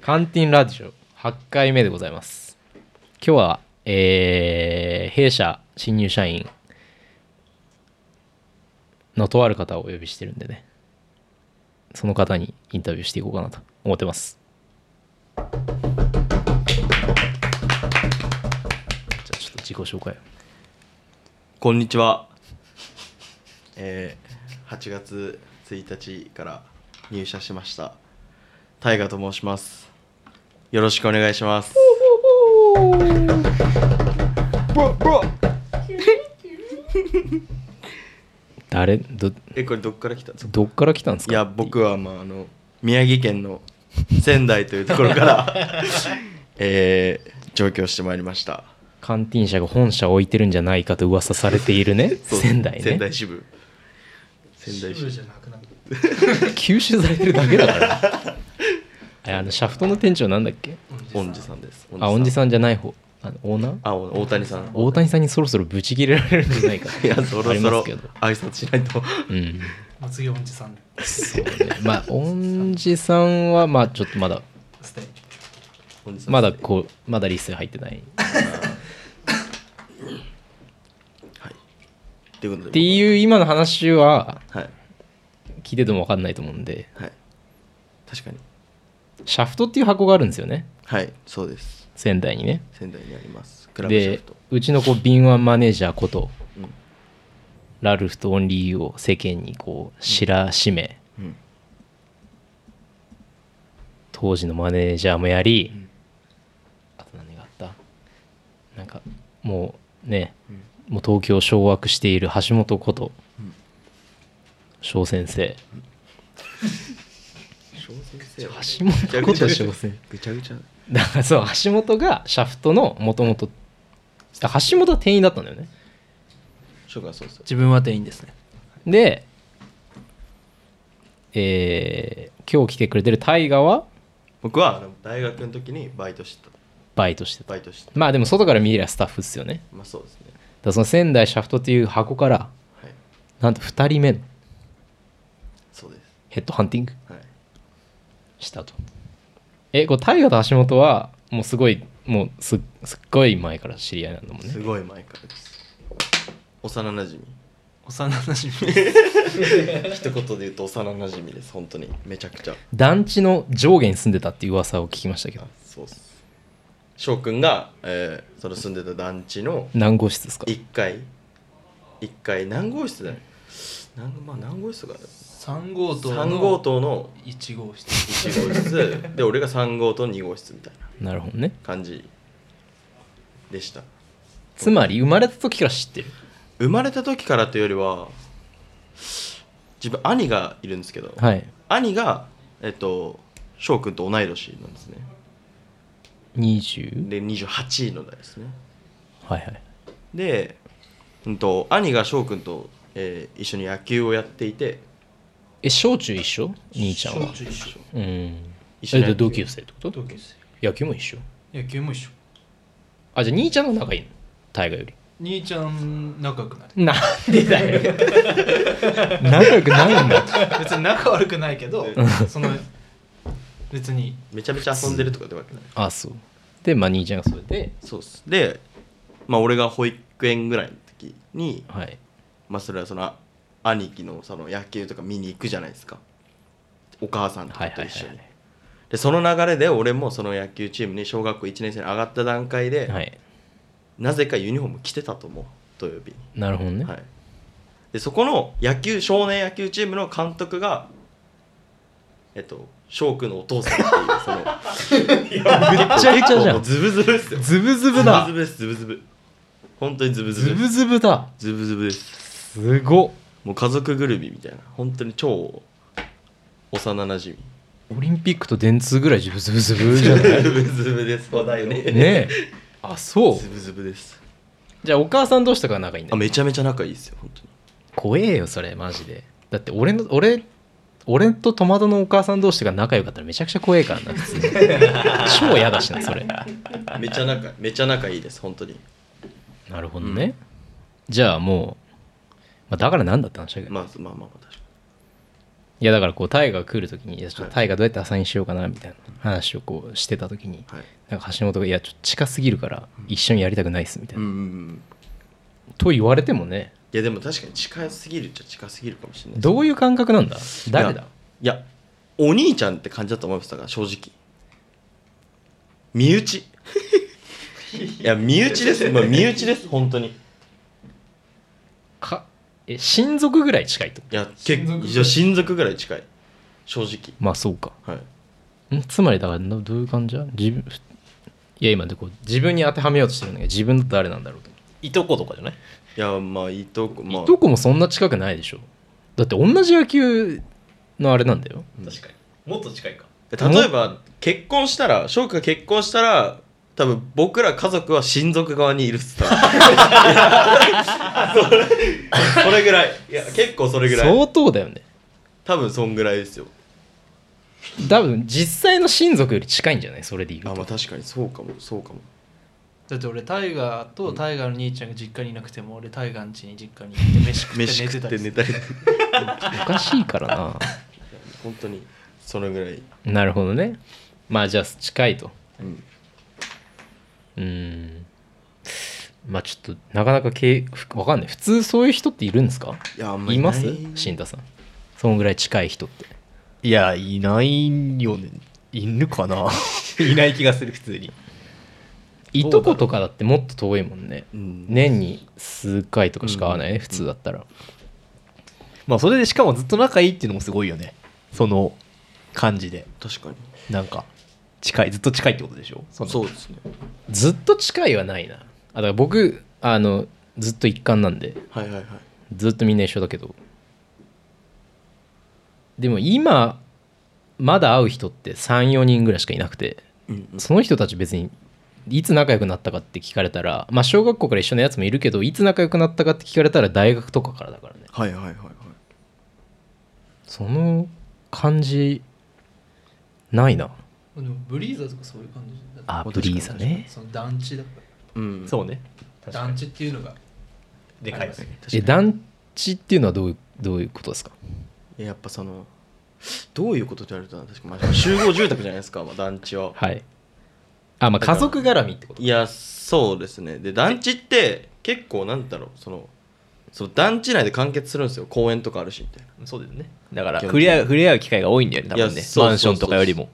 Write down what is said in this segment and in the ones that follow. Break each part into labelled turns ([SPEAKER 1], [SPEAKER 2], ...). [SPEAKER 1] カンティンラジオ8回目でございます今日は、えー弊社新入社員のとある方をお呼びしてるんでねその方にインタビューしていこうかなと思ってますじゃあちょっと自己紹介を
[SPEAKER 2] こんにちは。えー、8月1日から入社しました。タイガと申します。よろしくお願いします。
[SPEAKER 1] 誰ど
[SPEAKER 2] え、これどっから来たんですか
[SPEAKER 1] どっから来たんです
[SPEAKER 2] い
[SPEAKER 1] か
[SPEAKER 2] や、僕は、まあ、あの、宮城県の仙台というところ から、えー、上京してまいりました。
[SPEAKER 1] カンティン社が本社を置いてるんじゃないかと噂されているね
[SPEAKER 2] そう
[SPEAKER 1] 仙台ね
[SPEAKER 2] 仙台支部。仙台支
[SPEAKER 3] 支
[SPEAKER 2] 部
[SPEAKER 3] 部。じゃなくなる
[SPEAKER 1] 吸収されてるだけだから あのシャフトの店長なんだっけ
[SPEAKER 2] 恩寺さんです。
[SPEAKER 1] あ恩寺
[SPEAKER 2] ん。
[SPEAKER 1] さんじゃない方あのオーナー
[SPEAKER 2] あ、お大谷さん。
[SPEAKER 1] 大谷さんにそろそろブチ切れられるんじゃないか
[SPEAKER 2] いや、そろ
[SPEAKER 1] あり
[SPEAKER 2] そ
[SPEAKER 1] ま
[SPEAKER 2] ろ
[SPEAKER 1] すけ
[SPEAKER 2] 挨
[SPEAKER 1] ど
[SPEAKER 2] 拶しないと。
[SPEAKER 1] うん
[SPEAKER 3] まあ次はおじさんで
[SPEAKER 1] そうねまあ恩寺さんはまあちょっとまだ
[SPEAKER 3] ステイ
[SPEAKER 2] 恩寺さん
[SPEAKER 1] まだこうまだリストに入ってない
[SPEAKER 2] はい。ということで。
[SPEAKER 1] っていう今の話は
[SPEAKER 2] はい。
[SPEAKER 1] 聞いてても分かんないと思うんで
[SPEAKER 2] はい。確かに。
[SPEAKER 1] シャフトっていう箱があるんですよね
[SPEAKER 2] はい、そうです。
[SPEAKER 1] 仙台にね
[SPEAKER 2] 仙台にあります。クラブシャ
[SPEAKER 1] で
[SPEAKER 2] フト。
[SPEAKER 1] うちのこう敏腕マネージャーこと
[SPEAKER 2] うん。
[SPEAKER 1] ラルフとオンリーを世間にこう知らしめ、
[SPEAKER 2] うん。
[SPEAKER 1] 当時のマネージャーもやり、あと何があったなんかもうね、
[SPEAKER 2] うん
[SPEAKER 1] もう東京を掌握している橋本こと
[SPEAKER 2] うん
[SPEAKER 1] 翔先生
[SPEAKER 2] 小先生は
[SPEAKER 1] 橋本こと翔先
[SPEAKER 2] ぐちゃぐちゃ。
[SPEAKER 1] 生 だからそう橋本がシャフトのもともと橋本は店員だったんだよね
[SPEAKER 2] そうか、そうそう。
[SPEAKER 3] 自分は店員ですね
[SPEAKER 1] でえー今日来てくれてる大河は
[SPEAKER 2] 僕はあの大学の時にバイトしてた。
[SPEAKER 1] バイトしてた
[SPEAKER 2] バイトしてた。
[SPEAKER 1] まあでも外から見ればスタッフっすよね
[SPEAKER 2] まあそうですね。
[SPEAKER 1] だからその仙台シャフトっていう箱から
[SPEAKER 2] はい。
[SPEAKER 1] なんと2人目の
[SPEAKER 2] そうです。
[SPEAKER 1] ヘッドハンティング
[SPEAKER 2] はい。
[SPEAKER 1] したとえこれ大河と橋本はもうすごいもうすすっごい前から知り合いなんだもん
[SPEAKER 2] す
[SPEAKER 1] ね
[SPEAKER 2] ごい前からです。幼馴染み。
[SPEAKER 3] 幼馴染
[SPEAKER 2] 一言で言うと幼馴染みです。本当に。めちゃくちゃ。
[SPEAKER 1] 団地の上下に住んでたっていう噂を聞きましたけど
[SPEAKER 2] あそうっす。翔くんが、えー、その住んでた団地の
[SPEAKER 1] 何号室ですか
[SPEAKER 2] 1階1階何号室だよ何,、まあ、何号室か
[SPEAKER 3] 三号棟
[SPEAKER 2] 3号棟の
[SPEAKER 3] 一号室
[SPEAKER 2] 1号室で俺が3号棟2号室みたいな
[SPEAKER 1] なるほどね
[SPEAKER 2] 感じでした
[SPEAKER 1] つまり生まれた時から知ってる
[SPEAKER 2] 生まれた時からというよりは自分兄がいるんですけど、
[SPEAKER 1] はい
[SPEAKER 2] 兄がえっと翔くんと同い年なんですね
[SPEAKER 1] 20?
[SPEAKER 2] で28位の代ですね
[SPEAKER 1] はいはい
[SPEAKER 2] で、うん、と兄が翔くんと、えー一緒に野球をやっていて
[SPEAKER 1] え小中一緒兄ちゃんは
[SPEAKER 3] 小中一緒
[SPEAKER 1] うん
[SPEAKER 2] 一緒に
[SPEAKER 1] え同級生ってこと
[SPEAKER 3] 同級生
[SPEAKER 1] 野球も一緒
[SPEAKER 3] 野球も一緒
[SPEAKER 1] あじゃあ兄ちゃんの方が仲いいの大河より
[SPEAKER 3] 兄ちゃん仲良くなる
[SPEAKER 1] なんでだよ仲良くないんだ
[SPEAKER 3] 別に仲悪くないけどその別に
[SPEAKER 2] めちゃめちゃ遊んでるとかってわけない
[SPEAKER 1] あそうでまあ兄ちゃんがそれで
[SPEAKER 2] そうっすでまあ俺が保育園ぐらいの時に
[SPEAKER 1] はい
[SPEAKER 2] まあそれはその兄貴のその野球とか見に行くじゃないですかお母さんと
[SPEAKER 1] は
[SPEAKER 2] か
[SPEAKER 1] いは
[SPEAKER 2] と
[SPEAKER 1] い
[SPEAKER 2] 一緒に、
[SPEAKER 1] はい
[SPEAKER 2] でその流れで俺もその野球チームに小学校1年生に上がった段階で、
[SPEAKER 1] はい
[SPEAKER 2] なぜかユニフォーム着てたと思う土曜日
[SPEAKER 1] なるほどね、
[SPEAKER 2] に、はい、でそこの野球少年野球チームの監督がえっと翔くんのお父さんっていうそ の
[SPEAKER 1] ぐっちゃぐちゃじゃ
[SPEAKER 2] もうんズブズブっすよ
[SPEAKER 1] ズブズブ
[SPEAKER 2] ズ
[SPEAKER 1] だ
[SPEAKER 2] ブズブですズブズブ本当にズブズブ
[SPEAKER 1] ズブ
[SPEAKER 2] です
[SPEAKER 1] ズブだ
[SPEAKER 2] ズブズブです
[SPEAKER 1] すごっ
[SPEAKER 2] もう家族ぐるみみたいな本当に超幼馴染み
[SPEAKER 1] オリンピックと電通ぐらいズブズブズブじゃない
[SPEAKER 2] ズブズブです話題ね
[SPEAKER 1] ねえあそう
[SPEAKER 2] ズブズブです
[SPEAKER 1] じゃあお母さん同士とか仲いいんだ
[SPEAKER 2] あめちゃめちゃ仲いいですよ本当に
[SPEAKER 1] 怖えよそれマジでだって俺の俺俺と戸惑のお母さん同士とか仲良かったらめちゃくちゃ怖えからな普通に 超嫌だしなそれ
[SPEAKER 2] めちゃ仲めちゃ仲いいです本当に
[SPEAKER 1] なるほどね、じゃあもう、まあ、だから何だったんでしたっけ
[SPEAKER 2] まあまあまあまあ確か
[SPEAKER 1] いやだからこう大河が来る時にいやちょっ
[SPEAKER 2] は
[SPEAKER 1] と
[SPEAKER 2] い
[SPEAKER 1] 大河どうやってアサインしようかなみたいな話をこうしてた時に
[SPEAKER 2] はい
[SPEAKER 1] なんか橋本が「いやちょっと近すぎるから一緒にやりたくないっす」みたい
[SPEAKER 2] うん
[SPEAKER 1] な、
[SPEAKER 2] うんうん
[SPEAKER 1] と言われてもね
[SPEAKER 2] いやでも確かに近すぎるっちゃ近すぎるかもしれない
[SPEAKER 1] どういう感覚なんだ誰だ
[SPEAKER 2] いやお兄ちゃんって感じだと思いましたから正直身内いや身内です、まあ、身内です本当にい
[SPEAKER 1] かえ親族ぐらい近いってこと
[SPEAKER 2] や結
[SPEAKER 3] 親族ぐら
[SPEAKER 2] 構
[SPEAKER 3] い
[SPEAKER 2] 親族ぐらい近い正直
[SPEAKER 1] まあそうか
[SPEAKER 2] はい
[SPEAKER 1] んつまりだからなどういう感じだ自分いや今でこう自分に当てはめようとしてるんだけど自分だと誰なんだろうと、
[SPEAKER 4] いとことかじゃない
[SPEAKER 2] いやまあいとこまあ
[SPEAKER 1] いとこもそんな近くないでしょだって同じ野球のあれなんだよ
[SPEAKER 2] うん
[SPEAKER 4] 確かにもっと近いか
[SPEAKER 2] 例えば結婚したら翔くんが結婚したら多分僕ら家族は親族側にいるっす多分それそれぐらいいや結構それぐらい
[SPEAKER 1] 相当だよね
[SPEAKER 2] 多分そんぐらいですよ
[SPEAKER 1] 多分実際の親族より近いんじゃないそれで言
[SPEAKER 2] あ
[SPEAKER 1] う
[SPEAKER 2] ま
[SPEAKER 1] と
[SPEAKER 2] あ確かにそうかもそうかも
[SPEAKER 3] だって俺タイガーとタイガーの兄ちゃんが実家にいなくても俺タイガーの家に実家に行って飯食って
[SPEAKER 2] 飯
[SPEAKER 3] 寝
[SPEAKER 2] 食
[SPEAKER 3] て
[SPEAKER 2] ったて
[SPEAKER 3] り
[SPEAKER 2] 寝
[SPEAKER 3] す
[SPEAKER 2] たり
[SPEAKER 1] おかしいから な
[SPEAKER 2] 本当にそのぐらい、
[SPEAKER 1] なるほどねまあじゃあ近いと
[SPEAKER 2] うん、
[SPEAKER 1] うーんまあちょっとなかなかけわかんない普通そういう人っているんですか
[SPEAKER 2] いやあん
[SPEAKER 1] います
[SPEAKER 2] し
[SPEAKER 1] 新
[SPEAKER 2] ん
[SPEAKER 1] 太さんそんぐらい近い人って
[SPEAKER 4] いやいないよねいる かないない気がする普通に
[SPEAKER 1] いとことかだってもっと遠いもんね
[SPEAKER 2] うん
[SPEAKER 1] 年に数回とかしか会わないね普通だったら
[SPEAKER 4] まあそれでしかもずっと仲いいっていうのもすごいよねその感じで
[SPEAKER 2] 確かに
[SPEAKER 4] なんか近いずっと近いってことでしょその
[SPEAKER 2] そうですね
[SPEAKER 1] ずっと近いはないなあだから僕あのずっと一貫なんで
[SPEAKER 2] はいはいはい
[SPEAKER 1] ずっとみんな一緒だけどでも今まだ会う人って34人ぐらいしかいなくて
[SPEAKER 2] うんうん
[SPEAKER 1] その人たち別にいつ仲良くなったかって聞かれたらまあ小学校から一緒のやつもいるけどいつ仲良くなったかって聞かれたら大学とかからだからね
[SPEAKER 2] はいはいはいはい
[SPEAKER 1] その感じないな
[SPEAKER 3] るでもブリーザーとかそういう感じだ
[SPEAKER 1] あ
[SPEAKER 2] 確
[SPEAKER 1] ブ
[SPEAKER 2] かに
[SPEAKER 1] リーザね
[SPEAKER 3] その団地だか
[SPEAKER 2] うん
[SPEAKER 4] そうね
[SPEAKER 3] ら団地っていうのが
[SPEAKER 4] でかいですね
[SPEAKER 2] 確か
[SPEAKER 1] え
[SPEAKER 2] に
[SPEAKER 1] 団地っていうのはどういうどういうことですか
[SPEAKER 2] いややっぱそのどういうことって言われたら確かまあ集合住宅じゃないですか、まあ、団地は
[SPEAKER 1] はいあまあ家族絡みってこと
[SPEAKER 2] いやそうですねで団地って結構なんだろうそのその団地内で完結するんですよ公園とかあるしみたいな
[SPEAKER 4] そうだよねだから
[SPEAKER 2] 基本的に
[SPEAKER 4] 触れ合う触れ合う機会が多いんだよね多分
[SPEAKER 2] い
[SPEAKER 4] ね
[SPEAKER 2] やそうそうそう
[SPEAKER 4] マンションとかよりも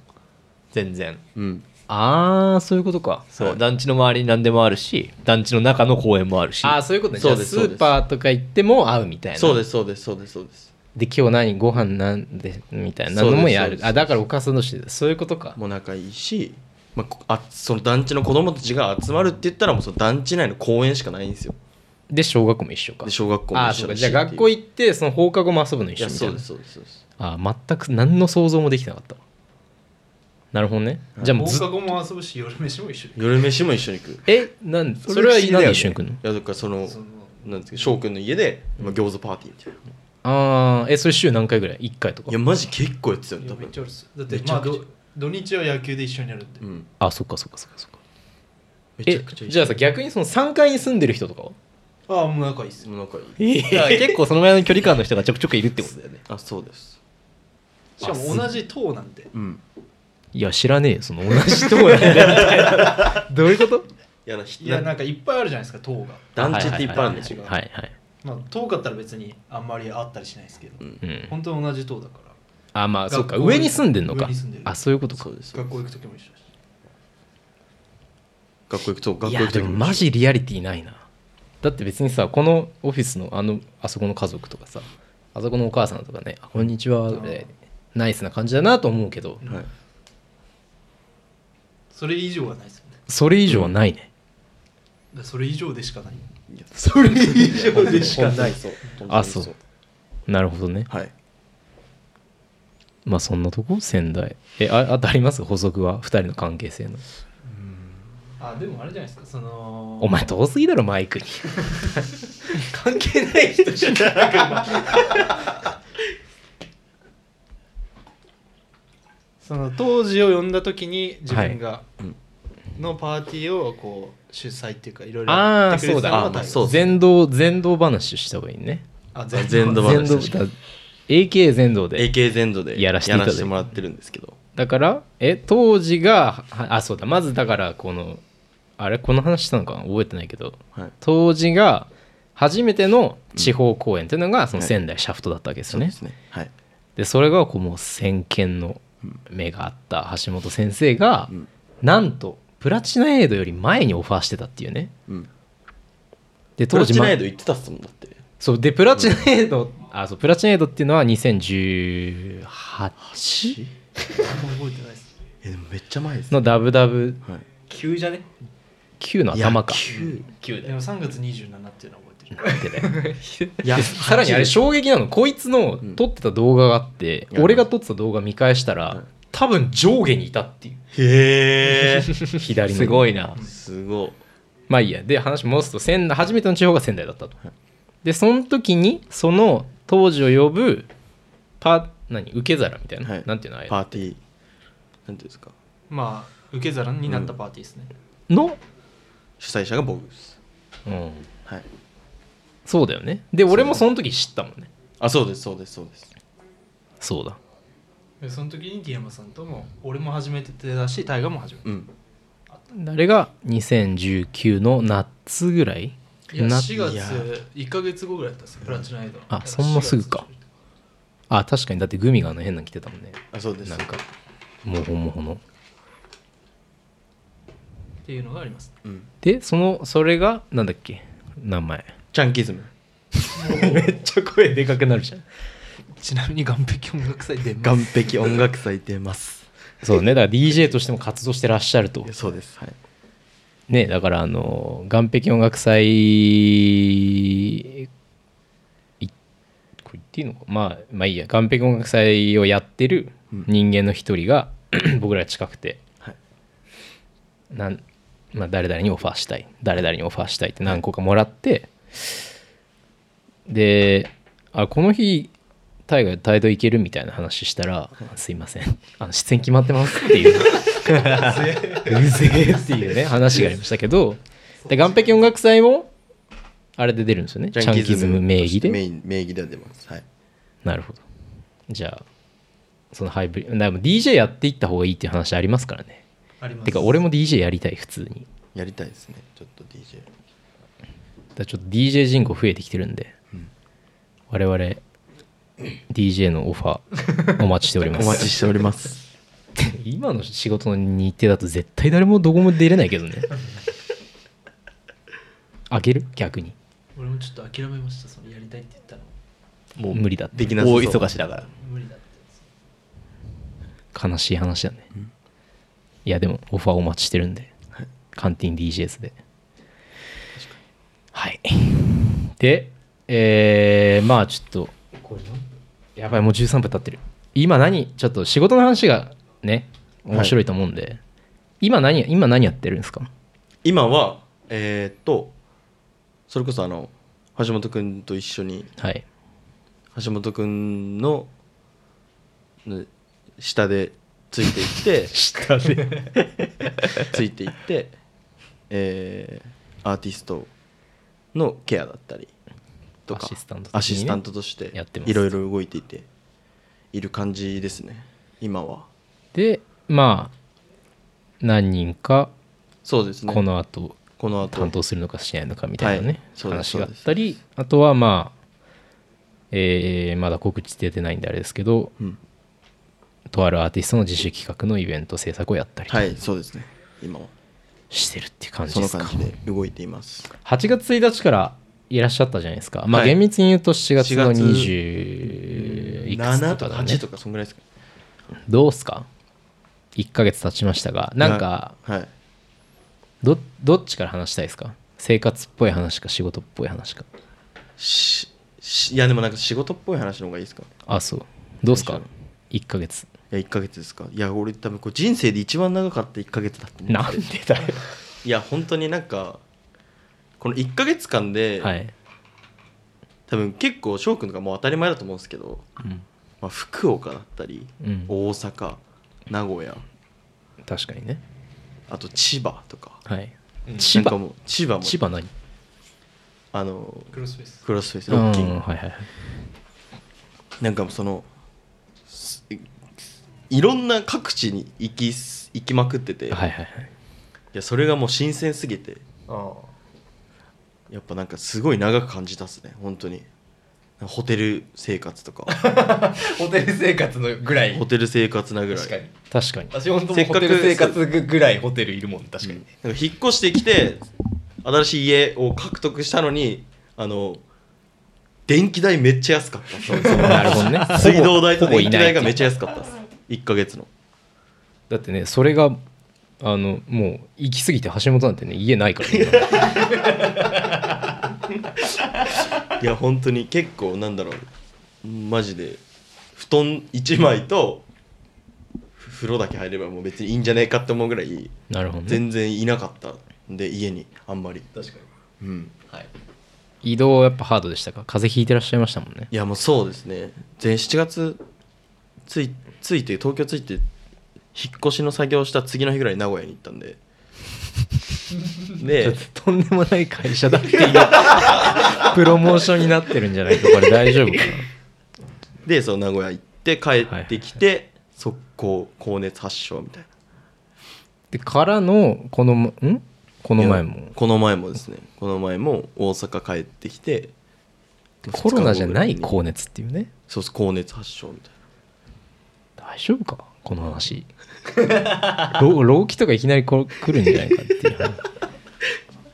[SPEAKER 4] 全然
[SPEAKER 2] うん
[SPEAKER 1] ああそういうことか
[SPEAKER 4] そう、
[SPEAKER 2] はい
[SPEAKER 4] 団地の周りに何でもあるし団地の中の公園もあるし
[SPEAKER 1] ああそういうことねじ
[SPEAKER 2] そ
[SPEAKER 1] ゃ
[SPEAKER 2] う
[SPEAKER 1] あ
[SPEAKER 2] です
[SPEAKER 1] スーパーとか行っても会うみたいな
[SPEAKER 2] そうですすそうですそうですそうです
[SPEAKER 1] で今日何ご飯なんでみたいな
[SPEAKER 2] そ
[SPEAKER 1] 何
[SPEAKER 2] うです
[SPEAKER 1] のもや
[SPEAKER 2] そう
[SPEAKER 1] る
[SPEAKER 2] です
[SPEAKER 1] あだからお母さん同士でそういうことか
[SPEAKER 2] もう仲いいし、まあこ、あその団地の子供たちが集まるって言ったらもうその団地内の公園しかないんですよ
[SPEAKER 1] で小学校も一緒か
[SPEAKER 2] で小学校も
[SPEAKER 1] ああそ
[SPEAKER 2] 一緒
[SPEAKER 1] うか
[SPEAKER 2] だし
[SPEAKER 1] じゃあ学校
[SPEAKER 2] っていう
[SPEAKER 1] 行ってその放課後も遊ぶの
[SPEAKER 2] い
[SPEAKER 1] 一緒
[SPEAKER 2] や
[SPEAKER 1] みたい
[SPEAKER 2] そう
[SPEAKER 1] な
[SPEAKER 2] ですそうですそうです
[SPEAKER 1] ああ全く何の想像もできてなかったわなるほどねじゃあも
[SPEAKER 3] 放
[SPEAKER 1] うず
[SPEAKER 3] 課後も遊ぶし夜飯も一緒に
[SPEAKER 2] 夜飯も一緒に行くい
[SPEAKER 1] えなん
[SPEAKER 4] それ
[SPEAKER 1] それは
[SPEAKER 4] 不思議だ
[SPEAKER 1] 何で
[SPEAKER 4] よね
[SPEAKER 1] 一緒に来るの
[SPEAKER 2] やだからその
[SPEAKER 3] その
[SPEAKER 2] なんですか翔くんの家で、まあ、餃子パーティーみたいな
[SPEAKER 1] ああえそれ週何回ぐらい1回とか
[SPEAKER 2] いやマジ結構やってたよ
[SPEAKER 3] い
[SPEAKER 2] 多
[SPEAKER 3] やめっ
[SPEAKER 2] 分
[SPEAKER 3] ちゃあるっすだって
[SPEAKER 2] めち
[SPEAKER 3] ま
[SPEAKER 2] ゃ
[SPEAKER 3] あ
[SPEAKER 2] くちゃ
[SPEAKER 3] ど土日は野球で一緒にやるんで
[SPEAKER 2] うん
[SPEAKER 1] あそっかそっかそっかそっか
[SPEAKER 2] めち
[SPEAKER 1] え
[SPEAKER 2] ゃくちゃいい
[SPEAKER 1] じゃあさ逆にその3階に住んでる人とかは
[SPEAKER 3] ああもう仲いいっす
[SPEAKER 2] もう仲いい
[SPEAKER 4] だから結構その前の距離感の人がちょくちょくいるってことだよね
[SPEAKER 2] あそうです
[SPEAKER 3] しかも同じ党なんで
[SPEAKER 2] うん
[SPEAKER 1] いや知らねえよその同じとこなんだみたいなどういうこと
[SPEAKER 2] いやなひ
[SPEAKER 3] いや
[SPEAKER 2] な
[SPEAKER 3] なんかいっぱいあるじゃないですか党が
[SPEAKER 2] 団地っていっぱいあるんですす
[SPEAKER 3] よ
[SPEAKER 2] よ
[SPEAKER 1] はいはい、
[SPEAKER 3] まあ党だったら別にあんまり会ったりしないですけど
[SPEAKER 1] うん、
[SPEAKER 3] 本当は同じ党だから
[SPEAKER 1] あまあそっか
[SPEAKER 3] 学校
[SPEAKER 1] 上に住んでんの
[SPEAKER 3] 上
[SPEAKER 1] か
[SPEAKER 3] に住んでる
[SPEAKER 1] あそういうことか
[SPEAKER 2] そうです
[SPEAKER 3] 学校行く時も一緒だし
[SPEAKER 2] 学校行くと学校
[SPEAKER 1] い
[SPEAKER 2] 行
[SPEAKER 1] や
[SPEAKER 2] くと
[SPEAKER 1] でもマジリアリティないなだって別にさこのオフィスのあのあそこの家族とかさあそこのお母さんとかね「あこんにちは」ぐらいでナイスな感じだなと思うけど
[SPEAKER 2] はい
[SPEAKER 3] それ以上はないですよねだか
[SPEAKER 1] それ以上はないね、
[SPEAKER 3] らそれ以上でしかない
[SPEAKER 2] いや
[SPEAKER 3] それ以上でしか
[SPEAKER 2] 本当
[SPEAKER 3] な
[SPEAKER 2] に
[SPEAKER 3] い
[SPEAKER 2] そう本当に
[SPEAKER 1] あそうなるほどね
[SPEAKER 2] はい
[SPEAKER 1] まあそんなとこ仙台えああとあります補足は2人の関係性の
[SPEAKER 3] あでもあれじゃないですかその
[SPEAKER 1] お前遠すぎだろマイクに
[SPEAKER 3] 関係ない人じゃないその当時を呼んだ時に自分が
[SPEAKER 2] うん
[SPEAKER 3] のパーティーをこう主催っていうかいろいろ
[SPEAKER 1] あ
[SPEAKER 3] や
[SPEAKER 1] あ
[SPEAKER 3] ってくれ
[SPEAKER 1] そう
[SPEAKER 3] て
[SPEAKER 1] だ
[SPEAKER 3] たの
[SPEAKER 1] あ
[SPEAKER 3] が
[SPEAKER 1] まあ
[SPEAKER 3] 大
[SPEAKER 1] そ
[SPEAKER 3] 変
[SPEAKER 1] う前動前動話した方がいいね
[SPEAKER 3] あ
[SPEAKER 2] 前
[SPEAKER 3] 全
[SPEAKER 2] 度
[SPEAKER 3] 道
[SPEAKER 2] 話
[SPEAKER 1] 前動だ AK 全道で
[SPEAKER 2] AK 全土で
[SPEAKER 1] や
[SPEAKER 2] や
[SPEAKER 1] ら
[SPEAKER 2] ら
[SPEAKER 1] せていただいて
[SPEAKER 2] せてもらってるんですけど
[SPEAKER 1] だからえ当時がはあそうだまずだからこのあれこの話したのかな覚えてないけど
[SPEAKER 2] はい
[SPEAKER 1] 当時が初めての地方公演っていうのがその仙台シャフトだったわけですよ
[SPEAKER 2] そう
[SPEAKER 1] ね、
[SPEAKER 2] ですねはい
[SPEAKER 1] でそれがこうもう先見の目があった橋本先生が、
[SPEAKER 2] うん
[SPEAKER 1] なんとプラチナエイドより前にオファーしてたっていうね
[SPEAKER 2] うん
[SPEAKER 1] で
[SPEAKER 2] プ
[SPEAKER 1] 当
[SPEAKER 2] ラ
[SPEAKER 1] 時
[SPEAKER 2] チナエイ
[SPEAKER 1] ま
[SPEAKER 2] ド行ってたっすもんだって
[SPEAKER 1] そうでプラチナエイド、あそうプラチナエイドっていうのは 2018?
[SPEAKER 3] 覚えてないです
[SPEAKER 2] えでもめっちゃ前ですね
[SPEAKER 1] の WW9
[SPEAKER 2] はい
[SPEAKER 5] 急じゃね
[SPEAKER 1] の頭か
[SPEAKER 2] いや急
[SPEAKER 5] 急だ
[SPEAKER 3] で
[SPEAKER 5] よ
[SPEAKER 3] も3月27っていうのは覚えてる
[SPEAKER 2] いや
[SPEAKER 1] さらにあれ衝撃なのこいつの撮ってた動画があって、
[SPEAKER 2] うん
[SPEAKER 1] 俺が撮ってた動画見返したら、
[SPEAKER 2] うん
[SPEAKER 1] 多分上下にいたっていう
[SPEAKER 2] へえ
[SPEAKER 1] 左の
[SPEAKER 4] すごいな
[SPEAKER 2] すごい
[SPEAKER 1] まあいいやで話戻すと仙台初めての地方が仙台だったと、でその時にその当時を呼ぶパ何受け皿みたいな、
[SPEAKER 2] はい
[SPEAKER 1] なんていうのあれ
[SPEAKER 2] パーティーなんていうんですか
[SPEAKER 3] まあ受け皿になったパーティーですね、
[SPEAKER 1] の、
[SPEAKER 2] 主催者が僕です
[SPEAKER 1] うん、
[SPEAKER 2] はい
[SPEAKER 1] そうだよねで俺もその時知ったもんね
[SPEAKER 2] あそうですそうですそうです
[SPEAKER 1] そうだ
[SPEAKER 3] でその時にディアマさんとも俺も初めてだし大河も初めて
[SPEAKER 2] うん
[SPEAKER 1] あれが2019の夏ぐらい
[SPEAKER 3] いや
[SPEAKER 1] な
[SPEAKER 3] 4
[SPEAKER 2] いや
[SPEAKER 3] 月1か月後ぐらいだったんですよプラチナエイド
[SPEAKER 1] あそんなすぐかあ確かにだってグミがあの変なの着てたもんね
[SPEAKER 2] あそうです
[SPEAKER 1] なんかもほもほの
[SPEAKER 3] っていうのがあります
[SPEAKER 2] うん
[SPEAKER 1] でそのそれがなんだっけ名前
[SPEAKER 2] チャンキズム
[SPEAKER 1] めっちゃ声でかくなるじゃん
[SPEAKER 3] ちなみに岩壁音楽祭で
[SPEAKER 2] 岩壁音楽祭出ます
[SPEAKER 1] そうねだから DJ としても活動してらっしゃると
[SPEAKER 2] いや そうですはい
[SPEAKER 1] ねだからあの岩壁音楽祭いこれ言っていいのかまあまあいいや岩壁音楽祭をやってる人間の一人が 僕らが近くて、
[SPEAKER 2] はい
[SPEAKER 1] なんまあ、誰々にオファーしたい誰々にオファーしたいって何個かもらってであこの日大河態度いけるみたいな話した ら「すいませんあの出演決まってます」っていううぜえっていうね話がありましたけどで岩壁音楽祭もあれで出るんですよねチャンキズム名義で
[SPEAKER 2] 名義名義で出ますはい
[SPEAKER 1] なるほどじゃあそのハイブリッドでも DJ やっていった方がいいっていう話ありますからね
[SPEAKER 3] あります
[SPEAKER 1] てか俺も DJ やりたい普通に
[SPEAKER 2] やりたいですねちょっと DJ
[SPEAKER 1] だからちょっと DJ 人口増えてきてるんで、我々 DJ のオファーお待ちしておりま
[SPEAKER 2] お
[SPEAKER 1] す
[SPEAKER 2] 待ちしております
[SPEAKER 1] 今の仕事の日程だと絶対誰もどこも出れないけ どねあげる逆に
[SPEAKER 3] 俺もちょっと諦めましたそのやりたいって言ったの
[SPEAKER 4] もう
[SPEAKER 1] 無理だって
[SPEAKER 2] できな
[SPEAKER 4] 大
[SPEAKER 2] さそう
[SPEAKER 4] 忙しだから
[SPEAKER 3] 無理だって
[SPEAKER 1] 悲しい話だね、いやでもオファーお待ちしてるんで、カンティン DJS ではい でえー、まあちょっとやばいもう13分経ってる今何ちょっと仕事の話がね面白いと思うんで、今何今何やってるんですか
[SPEAKER 2] 今はえーっとそれこそあの橋本くんと一緒に
[SPEAKER 1] はい
[SPEAKER 2] 橋本くんのね下でついていって
[SPEAKER 1] 下で
[SPEAKER 2] ついていって、えーアーティストのケアだったりとか
[SPEAKER 1] アシスタント的にね
[SPEAKER 2] アシスタントとして
[SPEAKER 1] やってます
[SPEAKER 2] いろいろ動いていている感じですね今は
[SPEAKER 1] でまあ何人か
[SPEAKER 2] そうですね
[SPEAKER 1] この後
[SPEAKER 2] この後
[SPEAKER 1] 担当するのかしないのかみたいな
[SPEAKER 2] はい
[SPEAKER 1] ね、
[SPEAKER 2] そうです
[SPEAKER 1] 話があったりあとはまあ、えーまだ告知出てないんであれですけど
[SPEAKER 2] うん
[SPEAKER 1] とあるアーティストの自主企画のイベント制作をやったりと
[SPEAKER 2] はいそうですね今は
[SPEAKER 1] してるっていう感じ
[SPEAKER 2] そ
[SPEAKER 1] で
[SPEAKER 2] の
[SPEAKER 1] すか、
[SPEAKER 2] 感じで動いています
[SPEAKER 1] 8月1日からいらっしゃったじゃないですか、まあ
[SPEAKER 2] はい
[SPEAKER 1] 厳密に言うと7月の
[SPEAKER 2] 4月
[SPEAKER 1] 20いくつ
[SPEAKER 2] 7
[SPEAKER 1] と
[SPEAKER 2] と
[SPEAKER 1] か
[SPEAKER 2] か
[SPEAKER 1] だね
[SPEAKER 2] 8とかそんぐらいですか
[SPEAKER 1] どうっすか1ヶ月経ちましたがなんか
[SPEAKER 2] はい
[SPEAKER 1] どどっちから話したいですか生活っぽい話か仕事っぽい話か
[SPEAKER 2] ししいやでもなんか仕事っぽい話の方がいいですか
[SPEAKER 1] あそうどうっすか
[SPEAKER 2] 面白
[SPEAKER 1] 1ヶ月
[SPEAKER 2] いや1ヶ月ですかいや俺多分これ人生で一番長かった1ヶ月だと思う
[SPEAKER 1] なんで だよ
[SPEAKER 2] いや本当になんかこの1ヶ月間で、
[SPEAKER 1] はい。
[SPEAKER 2] 多分結構翔くんとかもう当たり前だと思うんですけど、
[SPEAKER 1] うん
[SPEAKER 2] まあ、福岡だったり、
[SPEAKER 1] うん
[SPEAKER 2] 大阪名古屋
[SPEAKER 1] 確かにね。
[SPEAKER 2] あと千葉とか
[SPEAKER 1] はい。千
[SPEAKER 2] なんか
[SPEAKER 1] 葉。
[SPEAKER 2] もう千葉も
[SPEAKER 1] 千葉何
[SPEAKER 2] あの
[SPEAKER 3] クロスフェス
[SPEAKER 2] クロスフェス
[SPEAKER 1] う
[SPEAKER 2] ロ
[SPEAKER 1] ん
[SPEAKER 2] ッキ
[SPEAKER 1] はい
[SPEAKER 2] ング
[SPEAKER 1] はいはい。
[SPEAKER 2] なんかそのすいろんな各地に行きす行きまくってて、
[SPEAKER 1] はい
[SPEAKER 2] い
[SPEAKER 1] はい
[SPEAKER 2] やそれがもう新鮮すぎて
[SPEAKER 3] あ
[SPEAKER 2] やっぱなんかすごい長く感じたっすね本当にホテル生活とか
[SPEAKER 4] ホテル生活のぐらい
[SPEAKER 2] ホテル生活なぐらい
[SPEAKER 4] 確かに
[SPEAKER 1] 確かに
[SPEAKER 4] 私本当
[SPEAKER 2] せ
[SPEAKER 4] も
[SPEAKER 2] っ
[SPEAKER 4] う
[SPEAKER 2] か
[SPEAKER 4] ホ
[SPEAKER 2] く
[SPEAKER 4] テル生活ぐらいホテルいるもん確かに、
[SPEAKER 2] なんか引っ越してきて新しい家を獲得したのにあの電気代めっちゃ安かっ たっす
[SPEAKER 1] なるほどね
[SPEAKER 2] 水道代と
[SPEAKER 1] ほぼ
[SPEAKER 2] 電
[SPEAKER 1] い
[SPEAKER 2] 気
[SPEAKER 1] ない
[SPEAKER 2] 代がめっちゃ安かったっす1ヶ月の
[SPEAKER 1] だってねそれがあのもう行き過ぎて橋本なんてね家ないからね
[SPEAKER 2] いや本当に結構なんだろうマジで布団1枚とふ風呂だけ入ればもう別にいいんじゃねえかって思うぐらい
[SPEAKER 1] なるほどね
[SPEAKER 2] 全然いなかったんで家にあんまり、
[SPEAKER 4] 確かに
[SPEAKER 2] うん、
[SPEAKER 4] はい
[SPEAKER 1] 移動はやっぱハードでしたか風邪ひいてらっしゃいましたもんね
[SPEAKER 2] いやもうそうですね全7月ついついて東京ついて引っ越しの作業した次の日ぐらいに名古屋に行ったんでで
[SPEAKER 1] とんでもない会社だっていう プロモーションになってるんじゃないかこれ大丈夫か
[SPEAKER 2] でその名古屋行って帰ってきて、速攻高熱発症みたいな
[SPEAKER 1] でからのこのんこの前も
[SPEAKER 2] この前もですねこの前も大阪帰ってきて
[SPEAKER 1] コロナじゃない
[SPEAKER 2] 二日後
[SPEAKER 1] 高
[SPEAKER 2] ぐらに
[SPEAKER 1] 熱っていうね
[SPEAKER 2] そうそう高熱発症みたい
[SPEAKER 1] 大丈夫かこの 話老老期とかいきなりこ来るんじゃないかっていう話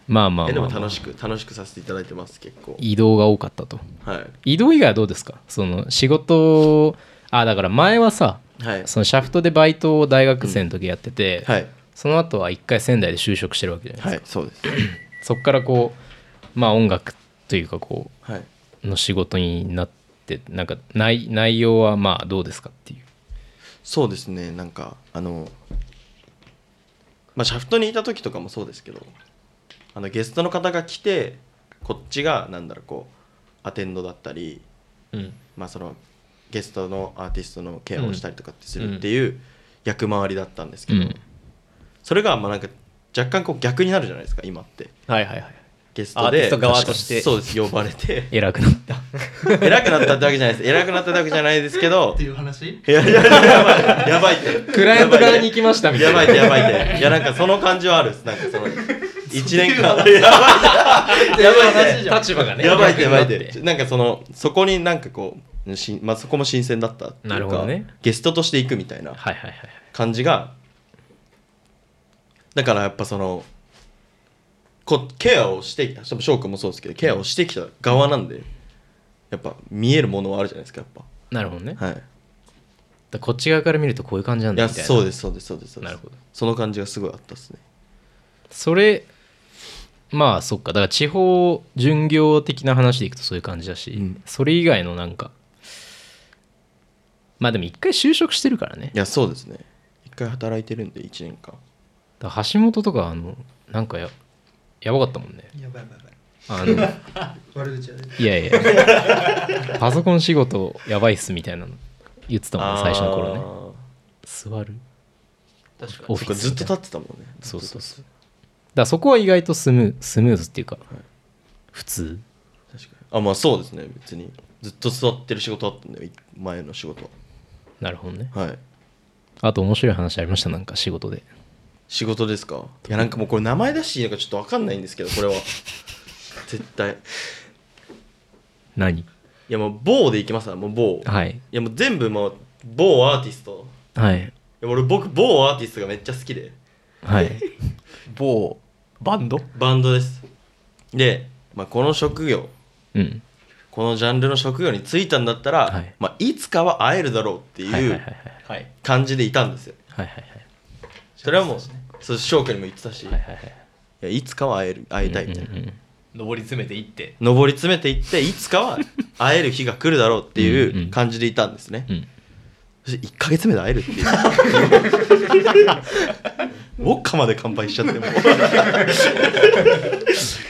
[SPEAKER 1] まあまあまあ、ま
[SPEAKER 2] な
[SPEAKER 1] あ、
[SPEAKER 2] えでも楽しく楽しくさせていただいてます結構
[SPEAKER 1] 移動が多かったと
[SPEAKER 2] は
[SPEAKER 1] 移動以外はどうですかその仕事あだから前はさ
[SPEAKER 2] いはい
[SPEAKER 1] そのシャフトでバイトを大学生の時やってて、
[SPEAKER 2] はい
[SPEAKER 1] その後は一回仙台で就職してるわけじゃないですか、
[SPEAKER 2] はいそうです
[SPEAKER 1] そっからこうまあ音楽というかこ
[SPEAKER 2] はいう
[SPEAKER 1] の仕事になってなんか内内容はまあどうですかっていう
[SPEAKER 2] そうですねなんかあのまあシャフトにいた時とかもそうですけどあのゲストの方が来てこっちがなんだろうこうアテンドだったり
[SPEAKER 4] うん
[SPEAKER 2] まあそのゲストのアーティストのケアをしたりとかってするっていう役回りだったんですけど、
[SPEAKER 1] うん
[SPEAKER 2] それがまあなんか若干こう逆になるじゃないですか今って
[SPEAKER 4] はいはいはい
[SPEAKER 2] ゲストで
[SPEAKER 4] アーティスト側として
[SPEAKER 2] そうです呼ば れて
[SPEAKER 1] 偉くなった
[SPEAKER 2] 偉くなったってわけじゃないです偉くなったってわけじゃないですけ
[SPEAKER 3] あ
[SPEAKER 2] ど
[SPEAKER 3] っていう話
[SPEAKER 2] いやいやいややばいやばいって
[SPEAKER 1] クライアント側に行きましたみた
[SPEAKER 2] や
[SPEAKER 1] いな
[SPEAKER 2] ばいってやばいっていやなんかその感じはあるっすなんかそ の1年間やばいってやばいって
[SPEAKER 1] 立 場が
[SPEAKER 2] やばいってやばいってなんかそのそこになんかこうしまあ、そこも新鮮だったってい
[SPEAKER 1] なる
[SPEAKER 2] う
[SPEAKER 1] ほ
[SPEAKER 2] か、
[SPEAKER 1] どね
[SPEAKER 2] ゲストとして行くみたいな
[SPEAKER 1] はいはいはい
[SPEAKER 2] 感じがだからやっぱそのこケアをしてきたその翔くんもそうですけどケアをしてきた側なんでやっぱ見えるものはあるじゃないですかやっ
[SPEAKER 1] なるほどね
[SPEAKER 2] ぱはい
[SPEAKER 1] だこっち側から見るとこういう感じなん
[SPEAKER 2] い
[SPEAKER 1] だ
[SPEAKER 2] や
[SPEAKER 1] みたいな
[SPEAKER 2] そうですそうですそうですそうで
[SPEAKER 1] な
[SPEAKER 2] す
[SPEAKER 1] るほど
[SPEAKER 2] その感じがすごいあったっすね
[SPEAKER 1] それまあそっかだから地方巡業的な話でいくとそういう感じだし、
[SPEAKER 2] うん
[SPEAKER 1] それ以外のなんかまあでも一回就職してるからね
[SPEAKER 2] いやそうですね一回働いてるんで1年間
[SPEAKER 1] だから橋本とかあのなんかややばかったもんね
[SPEAKER 3] やばいやばいや
[SPEAKER 1] あ の
[SPEAKER 3] ばい悪口やで
[SPEAKER 1] いやいやパソコン仕事やばいっすみたいなの言ってたもんね最初の頃ね
[SPEAKER 2] ね
[SPEAKER 1] 座る
[SPEAKER 3] 確か
[SPEAKER 1] オ
[SPEAKER 3] に
[SPEAKER 1] フィ
[SPEAKER 2] そっか
[SPEAKER 1] ス
[SPEAKER 2] ずっ
[SPEAKER 1] み
[SPEAKER 2] と
[SPEAKER 1] たいな
[SPEAKER 2] 立ってたもんね
[SPEAKER 1] そうそうそうだからそこは意外とスムースムーズっていうか、普通
[SPEAKER 2] 確かにあまあそうですね別にずっと座ってる仕事あったんで前の仕事
[SPEAKER 1] なるほどね
[SPEAKER 2] ははい
[SPEAKER 1] あと面白い話ありましたなんか仕事で
[SPEAKER 2] 仕事ですかいやなんかもうこれ名前出していいのかちょっと分かんないんですけどこれは 絶対い
[SPEAKER 1] 何
[SPEAKER 2] やもう某でいきますわもう某い
[SPEAKER 1] はい
[SPEAKER 2] やもう全部もう某アーティスト
[SPEAKER 1] はい
[SPEAKER 2] いや俺僕某アーティストがめっちゃ好きで
[SPEAKER 1] はい
[SPEAKER 4] 某バンド
[SPEAKER 2] バンドですで、まあ、この職業
[SPEAKER 1] うん
[SPEAKER 2] このジャンルの職業に就いたんだったら、
[SPEAKER 1] はいい
[SPEAKER 2] まあ、いつかは会えるだろうって
[SPEAKER 1] はいはい
[SPEAKER 2] い
[SPEAKER 1] はいはいう
[SPEAKER 4] はい
[SPEAKER 2] 感じでいたんですよ、
[SPEAKER 1] はいはい
[SPEAKER 2] それはもうそう翔くんにも言ってたし、
[SPEAKER 1] はいはい
[SPEAKER 2] い
[SPEAKER 1] はいはい
[SPEAKER 2] やいつかは会える会いたいみたいな、
[SPEAKER 1] うんうんうん
[SPEAKER 4] 上り詰めていって
[SPEAKER 2] 上り詰めていっていつかは会える日が来るだろうって
[SPEAKER 1] うん
[SPEAKER 2] いううん感じでいたんですね、
[SPEAKER 1] うん
[SPEAKER 2] そして1ヶ月目で会えるって いうウォッカまで乾杯しちゃってもう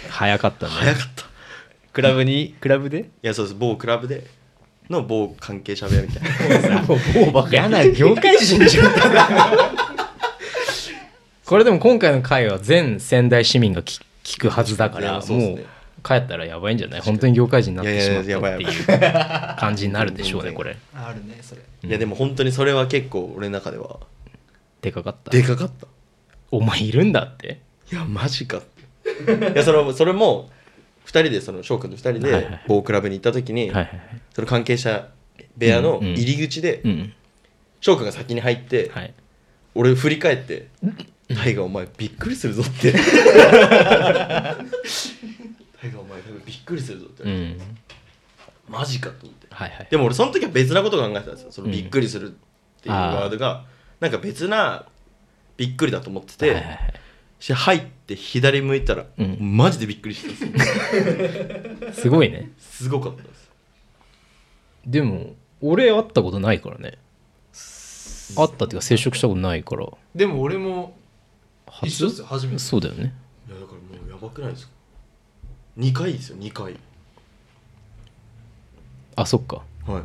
[SPEAKER 1] 早かったね
[SPEAKER 2] 早かったい
[SPEAKER 4] クラブにクラブで
[SPEAKER 2] やそうです某クラブでの某関係者部屋みたい な
[SPEAKER 4] 某ば
[SPEAKER 1] 嫌な業界人じゃんこれでも今回の回は全仙台市民が聞聞くはずだか
[SPEAKER 2] い
[SPEAKER 1] ら
[SPEAKER 2] や
[SPEAKER 1] も
[SPEAKER 2] そうっすね
[SPEAKER 1] う帰ったらやばいんじゃない本当に業界人になってしまっ
[SPEAKER 2] いやいや
[SPEAKER 1] たっ
[SPEAKER 2] やば
[SPEAKER 1] て
[SPEAKER 2] いやばい
[SPEAKER 1] いう感じになるでしょうね
[SPEAKER 2] 全然
[SPEAKER 1] これ
[SPEAKER 3] あるねそれ
[SPEAKER 1] うん
[SPEAKER 2] いやでも本当にそれは結構俺の中では
[SPEAKER 1] でかかった
[SPEAKER 2] でかかった
[SPEAKER 1] お前いるんだって
[SPEAKER 2] いやマジかっていやそれもそれも2人でその翔くんと2人
[SPEAKER 1] はいはい
[SPEAKER 2] で
[SPEAKER 1] はい
[SPEAKER 2] 某クラブに行った時
[SPEAKER 1] は
[SPEAKER 2] に、
[SPEAKER 1] いはいはい
[SPEAKER 2] その関係者部屋の
[SPEAKER 1] うんうん
[SPEAKER 2] 入り口で
[SPEAKER 1] うん
[SPEAKER 2] 翔くんが先に入って、
[SPEAKER 1] はい
[SPEAKER 2] 俺振り返って「タイガーお前びっくりする ぞ」って「タイガーお前多分びっくりするぞ」って
[SPEAKER 1] う
[SPEAKER 2] 言われて、
[SPEAKER 1] ん
[SPEAKER 2] マジかと思って
[SPEAKER 1] はいはい
[SPEAKER 2] でも俺その時は別なこと考えてたんですよその
[SPEAKER 1] うん
[SPEAKER 2] びっくりするっていうワードが、なんか別なびっくりだと思ってて、
[SPEAKER 1] はいはいはい
[SPEAKER 2] し入って左向いたら、
[SPEAKER 1] うん
[SPEAKER 2] マジでびっくりしたんですよ
[SPEAKER 1] すごいね
[SPEAKER 2] すごかったです
[SPEAKER 1] でも俺会ったことないからね会ったっていうか接触したことないから
[SPEAKER 3] でも俺も
[SPEAKER 1] 初
[SPEAKER 3] 一緒ですよ初めて
[SPEAKER 1] そうだよね
[SPEAKER 2] いやだからもうやばくないですか2回ですよ2回
[SPEAKER 1] あそっか
[SPEAKER 2] は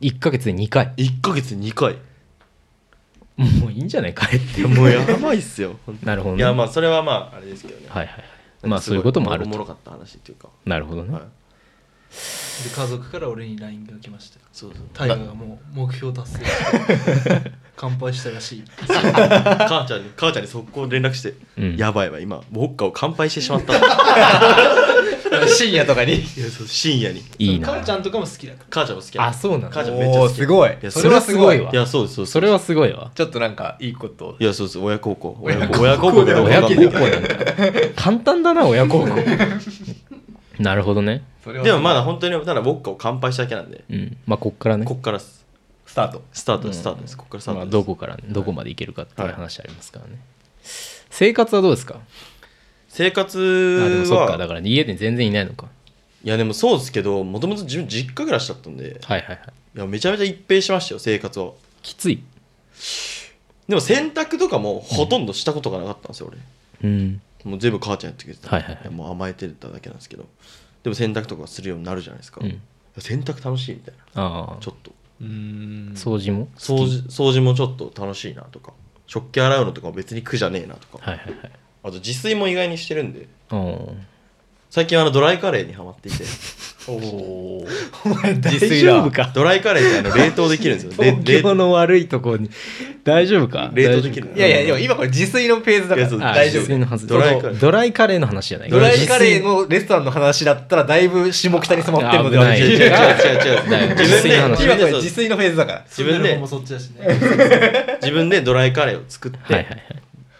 [SPEAKER 1] 1ヶ月で2回
[SPEAKER 2] い1ヶ月2回
[SPEAKER 1] もういいんじゃない帰って
[SPEAKER 2] いやもうやばいっすよ 本当に
[SPEAKER 1] なるほど
[SPEAKER 2] い
[SPEAKER 1] ね
[SPEAKER 2] や
[SPEAKER 1] はい
[SPEAKER 2] まあそれはまああれですけどね
[SPEAKER 1] はいはいまあそういうこともある
[SPEAKER 2] お
[SPEAKER 1] と
[SPEAKER 2] もろかった話っていうか、
[SPEAKER 1] なるほどね、
[SPEAKER 2] はい、
[SPEAKER 3] で家族から俺に LINE が来ましたよ
[SPEAKER 2] そうそう
[SPEAKER 3] タイガーがもう目標達成して乾杯したらしい
[SPEAKER 2] 母ちゃんに母ちゃんに速攻連絡して、
[SPEAKER 1] うん
[SPEAKER 2] やばいわ今ウォッカを乾杯してしまった い
[SPEAKER 4] 深夜とかに
[SPEAKER 2] やそう深夜に
[SPEAKER 1] いいな
[SPEAKER 3] 母ちゃんとかも好きだから
[SPEAKER 2] 母ちゃんも好きなの
[SPEAKER 1] あそうなの
[SPEAKER 2] 母ちゃんめっちゃ
[SPEAKER 4] お
[SPEAKER 2] 好
[SPEAKER 4] お
[SPEAKER 2] き
[SPEAKER 4] すごい
[SPEAKER 2] や
[SPEAKER 1] それはすごいわ
[SPEAKER 2] いやそうですそうです
[SPEAKER 1] それはすごいわ
[SPEAKER 4] ちょっとなんかいいこと
[SPEAKER 2] いやそうです親孝行親孝行親孝行かどうか
[SPEAKER 1] 親
[SPEAKER 2] わ
[SPEAKER 1] 孝
[SPEAKER 2] かん
[SPEAKER 1] 行
[SPEAKER 2] ない
[SPEAKER 1] なんか簡単だな親孝 行なるほどね
[SPEAKER 4] それは
[SPEAKER 2] でもまだ本当にただウォッカを乾杯しただけなんで
[SPEAKER 1] うんまあこっからね
[SPEAKER 2] こっからっす
[SPEAKER 4] スタート
[SPEAKER 2] スタートですスタートですこっからスタート
[SPEAKER 1] まあ、
[SPEAKER 2] です
[SPEAKER 1] どこから、ね、どこまでいけるかっていう
[SPEAKER 2] はい
[SPEAKER 1] 話ありますからね、生活はどうですか
[SPEAKER 2] 生活
[SPEAKER 1] あでもそっかだ
[SPEAKER 2] は
[SPEAKER 1] から家で全然いないのか
[SPEAKER 2] いやでもそうですけどもともと自分実家暮らしだったんで
[SPEAKER 1] はいはいはい
[SPEAKER 2] いやめちゃめちゃ一変しましたよ生活を
[SPEAKER 1] きつい
[SPEAKER 2] でも洗濯とかもほとんどしたことがなかったんですよ俺
[SPEAKER 1] うん
[SPEAKER 2] もう全部母ちゃんやってくれてた
[SPEAKER 1] はいはいはい
[SPEAKER 2] やもう甘えてただけなんですけどでも洗濯とかするようになるじゃないですか、
[SPEAKER 1] うん
[SPEAKER 2] いや洗濯楽しいみたいな
[SPEAKER 1] ああ
[SPEAKER 2] ちょっと
[SPEAKER 4] うん
[SPEAKER 1] 掃除も
[SPEAKER 2] 掃除掃除もちょっと楽しいなとか食器洗うのとかも別に苦じゃねえなとか、
[SPEAKER 1] はいはいはい
[SPEAKER 2] あと自炊も意外にしてるんで
[SPEAKER 1] あ
[SPEAKER 2] 最近あのドライカレーにハマっていて
[SPEAKER 4] おお
[SPEAKER 1] 大
[SPEAKER 4] 大丈
[SPEAKER 1] 丈夫
[SPEAKER 4] 夫
[SPEAKER 1] か
[SPEAKER 2] ドライカレーってあの冷凍できるんで すよ
[SPEAKER 1] 東京
[SPEAKER 2] 冷
[SPEAKER 1] の悪いところに大丈夫か
[SPEAKER 2] 冷凍でき
[SPEAKER 1] 大
[SPEAKER 2] る
[SPEAKER 1] 丈夫か
[SPEAKER 4] いやいやでも今これ自炊のページだか
[SPEAKER 2] いやそう
[SPEAKER 4] ら
[SPEAKER 1] あ
[SPEAKER 4] 大丈
[SPEAKER 1] 自炊
[SPEAKER 4] 夫
[SPEAKER 1] のはず
[SPEAKER 2] ドライカレー
[SPEAKER 1] そのドライカレーの話じゃない
[SPEAKER 4] ドライカレーのレストランの話だったらだいぶ下北に染まってるのでは
[SPEAKER 1] 危な
[SPEAKER 4] ないい
[SPEAKER 2] 違う違う違う
[SPEAKER 4] 自
[SPEAKER 2] 違う
[SPEAKER 1] 自
[SPEAKER 2] 自
[SPEAKER 1] 炊の話
[SPEAKER 2] 分で自分で
[SPEAKER 4] 今これ自炊のフェーズだから
[SPEAKER 2] 自分で
[SPEAKER 3] もそっちだしね
[SPEAKER 2] 自分でドライカレーを作って、
[SPEAKER 1] はいはいはい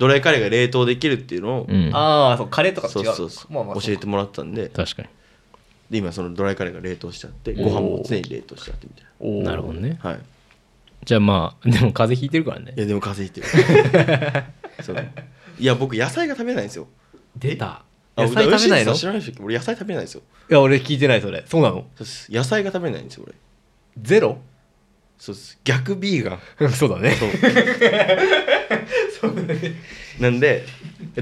[SPEAKER 2] ドライカレーが冷凍できるっていうのを、
[SPEAKER 1] うん
[SPEAKER 4] ああそうカレーとか
[SPEAKER 2] そ
[SPEAKER 4] と
[SPEAKER 2] う
[SPEAKER 4] 違う
[SPEAKER 2] そうそう、
[SPEAKER 4] まあまあ
[SPEAKER 2] 教えてもらったんで
[SPEAKER 1] 確か
[SPEAKER 2] で今そのドライカレーが冷凍しちゃって
[SPEAKER 1] お
[SPEAKER 2] ご
[SPEAKER 1] ー
[SPEAKER 2] 飯も常に冷凍しちゃってみたい
[SPEAKER 1] になるほどね
[SPEAKER 2] なはい
[SPEAKER 1] じゃあまあでも風邪ひいてるからね
[SPEAKER 2] いやでも風邪ひいて るそういや僕野菜が食べないんですよ
[SPEAKER 1] 出た
[SPEAKER 2] あ
[SPEAKER 4] 野菜食べないの
[SPEAKER 2] 美味しいって知らないでしょ俺野菜食べないんですよ
[SPEAKER 4] いや俺聞いてないそれそうなの
[SPEAKER 2] そうっす野菜が食べないんですよ俺
[SPEAKER 4] ゼロ
[SPEAKER 2] そうっす逆ビーガン
[SPEAKER 4] そうだね
[SPEAKER 2] そうなんで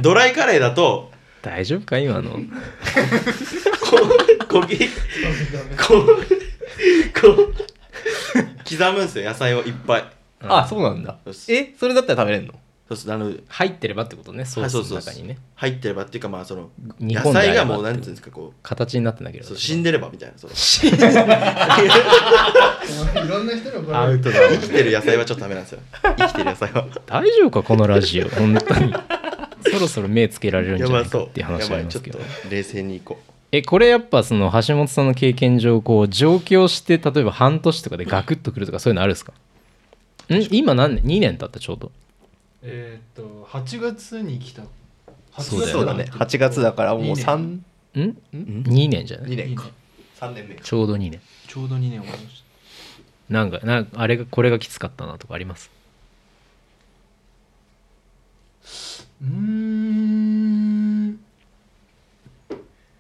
[SPEAKER 2] ドライカレーだと
[SPEAKER 1] 大丈夫か今の
[SPEAKER 2] こぎここ刻むんですよ野菜をいっぱい
[SPEAKER 4] あそうなんだ
[SPEAKER 2] そうっす
[SPEAKER 4] えそれだったら食べれんの
[SPEAKER 2] そうっすあの
[SPEAKER 1] 入ってればってことねソースの中にね
[SPEAKER 2] 入ってればっていうかまあその
[SPEAKER 1] 日
[SPEAKER 2] 野
[SPEAKER 1] 本であれば
[SPEAKER 2] 菜がもうなんていうんですかこう
[SPEAKER 1] 形になってなければ
[SPEAKER 2] そう死んでればみたいなそう
[SPEAKER 3] いろんな人の
[SPEAKER 1] アウトだ
[SPEAKER 2] 生きてる野菜はちょっとダメなんですよ生きてる野菜は
[SPEAKER 1] 大丈夫かこのラジオ本当 にそろそろ目つけら れるんじ
[SPEAKER 2] や
[SPEAKER 1] ゃな
[SPEAKER 2] ば
[SPEAKER 1] いかっ
[SPEAKER 2] そ
[SPEAKER 1] て
[SPEAKER 2] う
[SPEAKER 1] いう
[SPEAKER 2] や
[SPEAKER 1] 話あ
[SPEAKER 2] ば
[SPEAKER 1] り
[SPEAKER 2] い
[SPEAKER 1] ま
[SPEAKER 2] ち
[SPEAKER 1] す
[SPEAKER 2] ょっ
[SPEAKER 1] け
[SPEAKER 2] と
[SPEAKER 1] ど
[SPEAKER 2] 冷静にいこう
[SPEAKER 1] えこれやっぱその橋本さんの経験上こう上京して例えば半年とかでガクッとくるとかそういうのあるんですかん今何年2年経ったちょうど
[SPEAKER 3] えーっと8月に来た
[SPEAKER 1] そうだよ
[SPEAKER 4] そうだね8月だからもう
[SPEAKER 3] 3
[SPEAKER 4] 32
[SPEAKER 1] ん2年じゃない
[SPEAKER 4] 年か
[SPEAKER 3] いいね
[SPEAKER 4] 3年目
[SPEAKER 1] ちょうど2年
[SPEAKER 3] ちょうど2年終わりまし
[SPEAKER 1] なんかなんかあれがこれがきつかったなとかあります
[SPEAKER 3] たうーん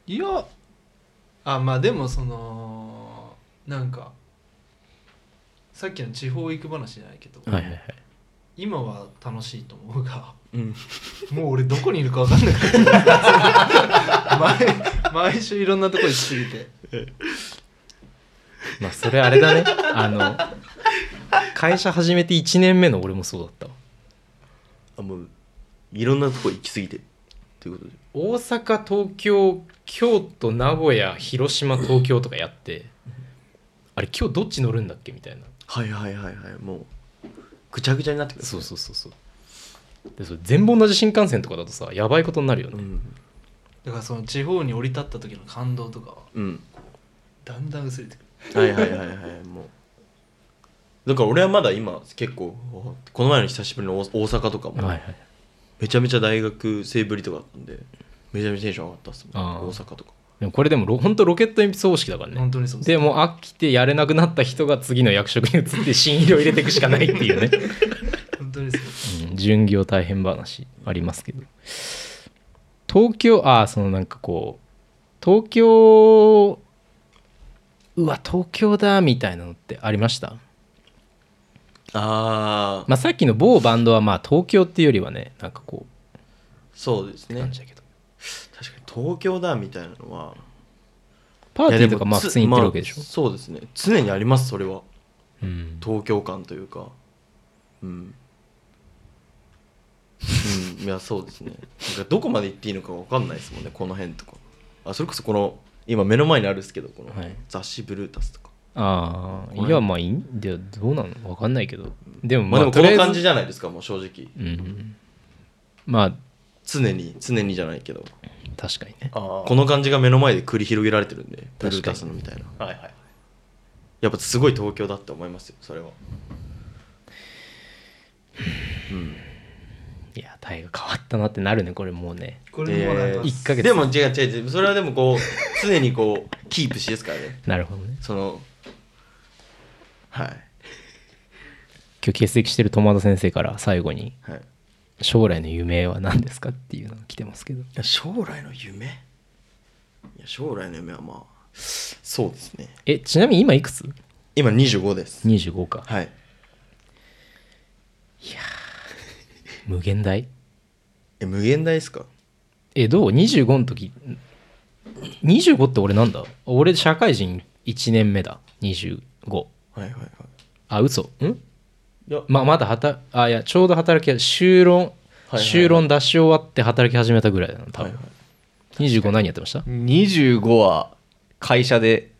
[SPEAKER 3] いやあまあでもそのなんかさっきの地方行く話じゃないけど、
[SPEAKER 1] はいはいはい
[SPEAKER 3] 今は楽しいと思うが
[SPEAKER 2] うん
[SPEAKER 3] もう俺どこにいるか分かんなくなっちゃった 毎毎週いろんなとこ行きすぎて
[SPEAKER 1] まあそれあれだねあの会社始めて1年目の俺もそうだったわ
[SPEAKER 2] あもういろんなとこ行き過ぎてということで
[SPEAKER 1] 大阪東京京都名古屋広島東京とかやってあれ今日どっち乗るんだっけみたいな
[SPEAKER 2] はいはいはいはいもうぐちゃぐちゃになってくる
[SPEAKER 1] そうそうそうそうでそれ全部同じ新幹線とかだとさやばいことになるよね、
[SPEAKER 2] ん、
[SPEAKER 3] だからその地方に降り立った時の感動とかは
[SPEAKER 2] うん、
[SPEAKER 3] だんだん薄れてくる
[SPEAKER 2] はいはいはいはいもうだから俺はまだ今結構この前の久しぶりの大大阪とかも、
[SPEAKER 1] はいはい
[SPEAKER 2] めちゃめちゃ大学生ぶりとかあったんでめちゃめちゃテンション上がったっすも
[SPEAKER 1] あー
[SPEAKER 2] ん大阪とか
[SPEAKER 1] でもこれでもロ 本当ロケット鉛筆方式だからね
[SPEAKER 3] 本当にそう
[SPEAKER 1] でもう飽きてやれなくなった人が次の役職に移って新医療入れていくしかないっていうね、
[SPEAKER 3] 本当にそう
[SPEAKER 1] うん、巡業大変話ありますけど東京ああそのなんかこう東京うわ東京だみたいなのってありました、
[SPEAKER 2] ああ、
[SPEAKER 1] まあ、さっきの某バンドはまあ東京っていうよりはねなんかこう
[SPEAKER 2] そうです
[SPEAKER 1] って感
[SPEAKER 2] ね
[SPEAKER 1] じだけど、
[SPEAKER 2] 確かに東京だみたいなのは
[SPEAKER 1] パーティーと
[SPEAKER 2] いやで
[SPEAKER 1] か
[SPEAKER 2] も
[SPEAKER 1] まあ普通に行ってるわけでしょ
[SPEAKER 2] まあ、そうですね常にありますそれは
[SPEAKER 1] うん
[SPEAKER 2] 東京感というかうん、うん、いやそうですねなんかどこまで行っていいのか分かんないですもんねこの辺とかあそれこそこの今目の前にあるんですけどこの
[SPEAKER 1] はい
[SPEAKER 2] 雑誌「ブルータス」とか、
[SPEAKER 1] ああ
[SPEAKER 2] これ
[SPEAKER 1] いやまあいいんだよどうなの分かんないけどでもま
[SPEAKER 2] まあ
[SPEAKER 1] あ
[SPEAKER 2] でも
[SPEAKER 1] と
[SPEAKER 2] こ
[SPEAKER 1] りあ
[SPEAKER 2] の
[SPEAKER 1] えず
[SPEAKER 2] 感じじゃないですかもう正直
[SPEAKER 1] うんまあ
[SPEAKER 2] 常に常にじゃないけど
[SPEAKER 1] 確かにね
[SPEAKER 4] あ
[SPEAKER 2] この感じが目の前で繰り広げられてるんで
[SPEAKER 1] 確か
[SPEAKER 2] ブ
[SPEAKER 1] に
[SPEAKER 2] ルータスのみたいな
[SPEAKER 4] はいはい
[SPEAKER 2] やっぱすごい東京だって思いますよそれはうん
[SPEAKER 1] いやタイが変わったなってなるねこれもうね
[SPEAKER 3] これもなん
[SPEAKER 2] で
[SPEAKER 3] か
[SPEAKER 1] 一ヶ月
[SPEAKER 2] でも違う違う違うそれはでもこう常にこうキープしですからね
[SPEAKER 1] なるほどね
[SPEAKER 2] そのはい
[SPEAKER 1] 今日欠席してる友田先生から最後に
[SPEAKER 2] はい
[SPEAKER 1] 「将来の夢は何ですか?」っていうのが来てますけど
[SPEAKER 2] いや将来の夢いや将来の夢はまあそうですね
[SPEAKER 1] えちなみに今いくつ
[SPEAKER 2] 今25です
[SPEAKER 1] ?25 か
[SPEAKER 2] はい
[SPEAKER 1] 無限大
[SPEAKER 2] え無限大ですか
[SPEAKER 1] えどう25の時25って俺なんだ俺社会人1年目だ25
[SPEAKER 2] はいはいはい
[SPEAKER 1] あ嘘ん
[SPEAKER 2] いや
[SPEAKER 1] ままだ働あいやちょうど働き修論
[SPEAKER 2] いはい
[SPEAKER 1] 修論出し終わって働き始めたぐらいだな多
[SPEAKER 2] はい
[SPEAKER 1] 分、
[SPEAKER 2] はい
[SPEAKER 1] 25何やってました
[SPEAKER 4] 25は会社で